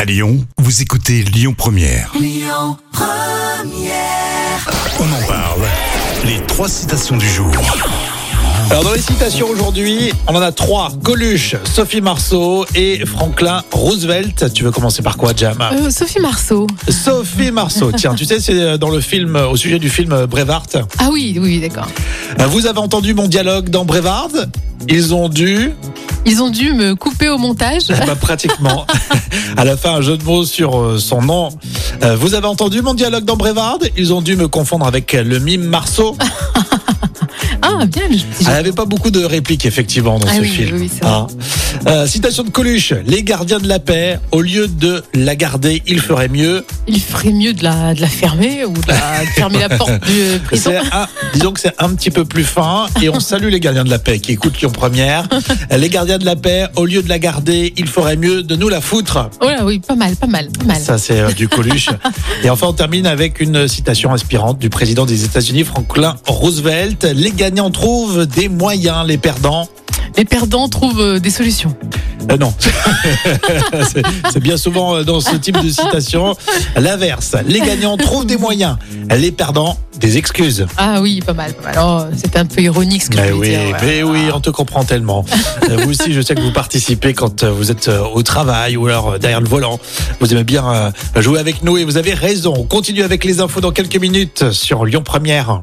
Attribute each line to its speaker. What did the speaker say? Speaker 1: À Lyon, vous écoutez Lyon Première. On en parle. Les trois citations du jour.
Speaker 2: Alors dans les citations aujourd'hui, on en a trois. Coluche, Sophie Marceau et Franklin Roosevelt. Tu veux commencer par quoi, Jam
Speaker 3: Euh, Sophie Marceau.
Speaker 2: Sophie Marceau. Tiens, tu sais, c'est euh, dans le film, au sujet du film Brevard.
Speaker 3: Ah oui, oui, d'accord.
Speaker 2: Vous avez entendu mon dialogue dans Brevard Ils ont dû,
Speaker 3: Ils ont dû me couper au montage.
Speaker 2: bah, pratiquement, à la fin, un jeu de mots sur euh, son nom. Euh, Vous avez entendu mon dialogue dans Brevard Ils ont dû me confondre avec euh, le mime Marceau.
Speaker 3: Ah, bien. le petit
Speaker 2: Elle
Speaker 3: jeu.
Speaker 2: n'avait pas beaucoup de répliques, effectivement, dans
Speaker 3: Ah
Speaker 2: ce
Speaker 3: oui,
Speaker 2: film.
Speaker 3: oui, c'est vrai.
Speaker 2: Hein. Euh, citation de Coluche Les gardiens de la paix, au lieu de la garder, il ferait mieux.
Speaker 3: Il ferait mieux de la, de la fermer ou de, la- de fermer la porte de prison.
Speaker 2: C'est un- disons que c'est un petit peu plus fin. Et on salue les gardiens de la paix qui écoutent Lyon Première. les gardiens de la paix, au lieu de la garder, il ferait mieux de nous la foutre.
Speaker 3: Oh là, oui, pas mal, pas mal, pas mal.
Speaker 2: Ça, c'est euh, du Coluche. Et enfin, on termine avec une citation inspirante du président des États-Unis, Franklin Roosevelt. Les gagnants trouvent des moyens, les perdants.
Speaker 3: Les perdants trouvent euh, des solutions.
Speaker 2: Euh, non. c'est c'est bien souvent euh, dans ce type de citation l'inverse. Les gagnants trouvent des moyens, les perdants des excuses.
Speaker 3: Ah oui, pas mal, pas mal. Oh, c'est un peu ironique ce que
Speaker 2: Mais
Speaker 3: je voulais
Speaker 2: Eh Bah oui,
Speaker 3: dire. ouais.
Speaker 2: mais oui, on te comprend tellement. Euh, vous aussi, je sais que vous participez quand euh, vous êtes euh, au travail ou alors euh, derrière le volant. Vous aimez bien euh, jouer avec nous et vous avez raison. On continue avec les infos dans quelques minutes sur Lyon Première.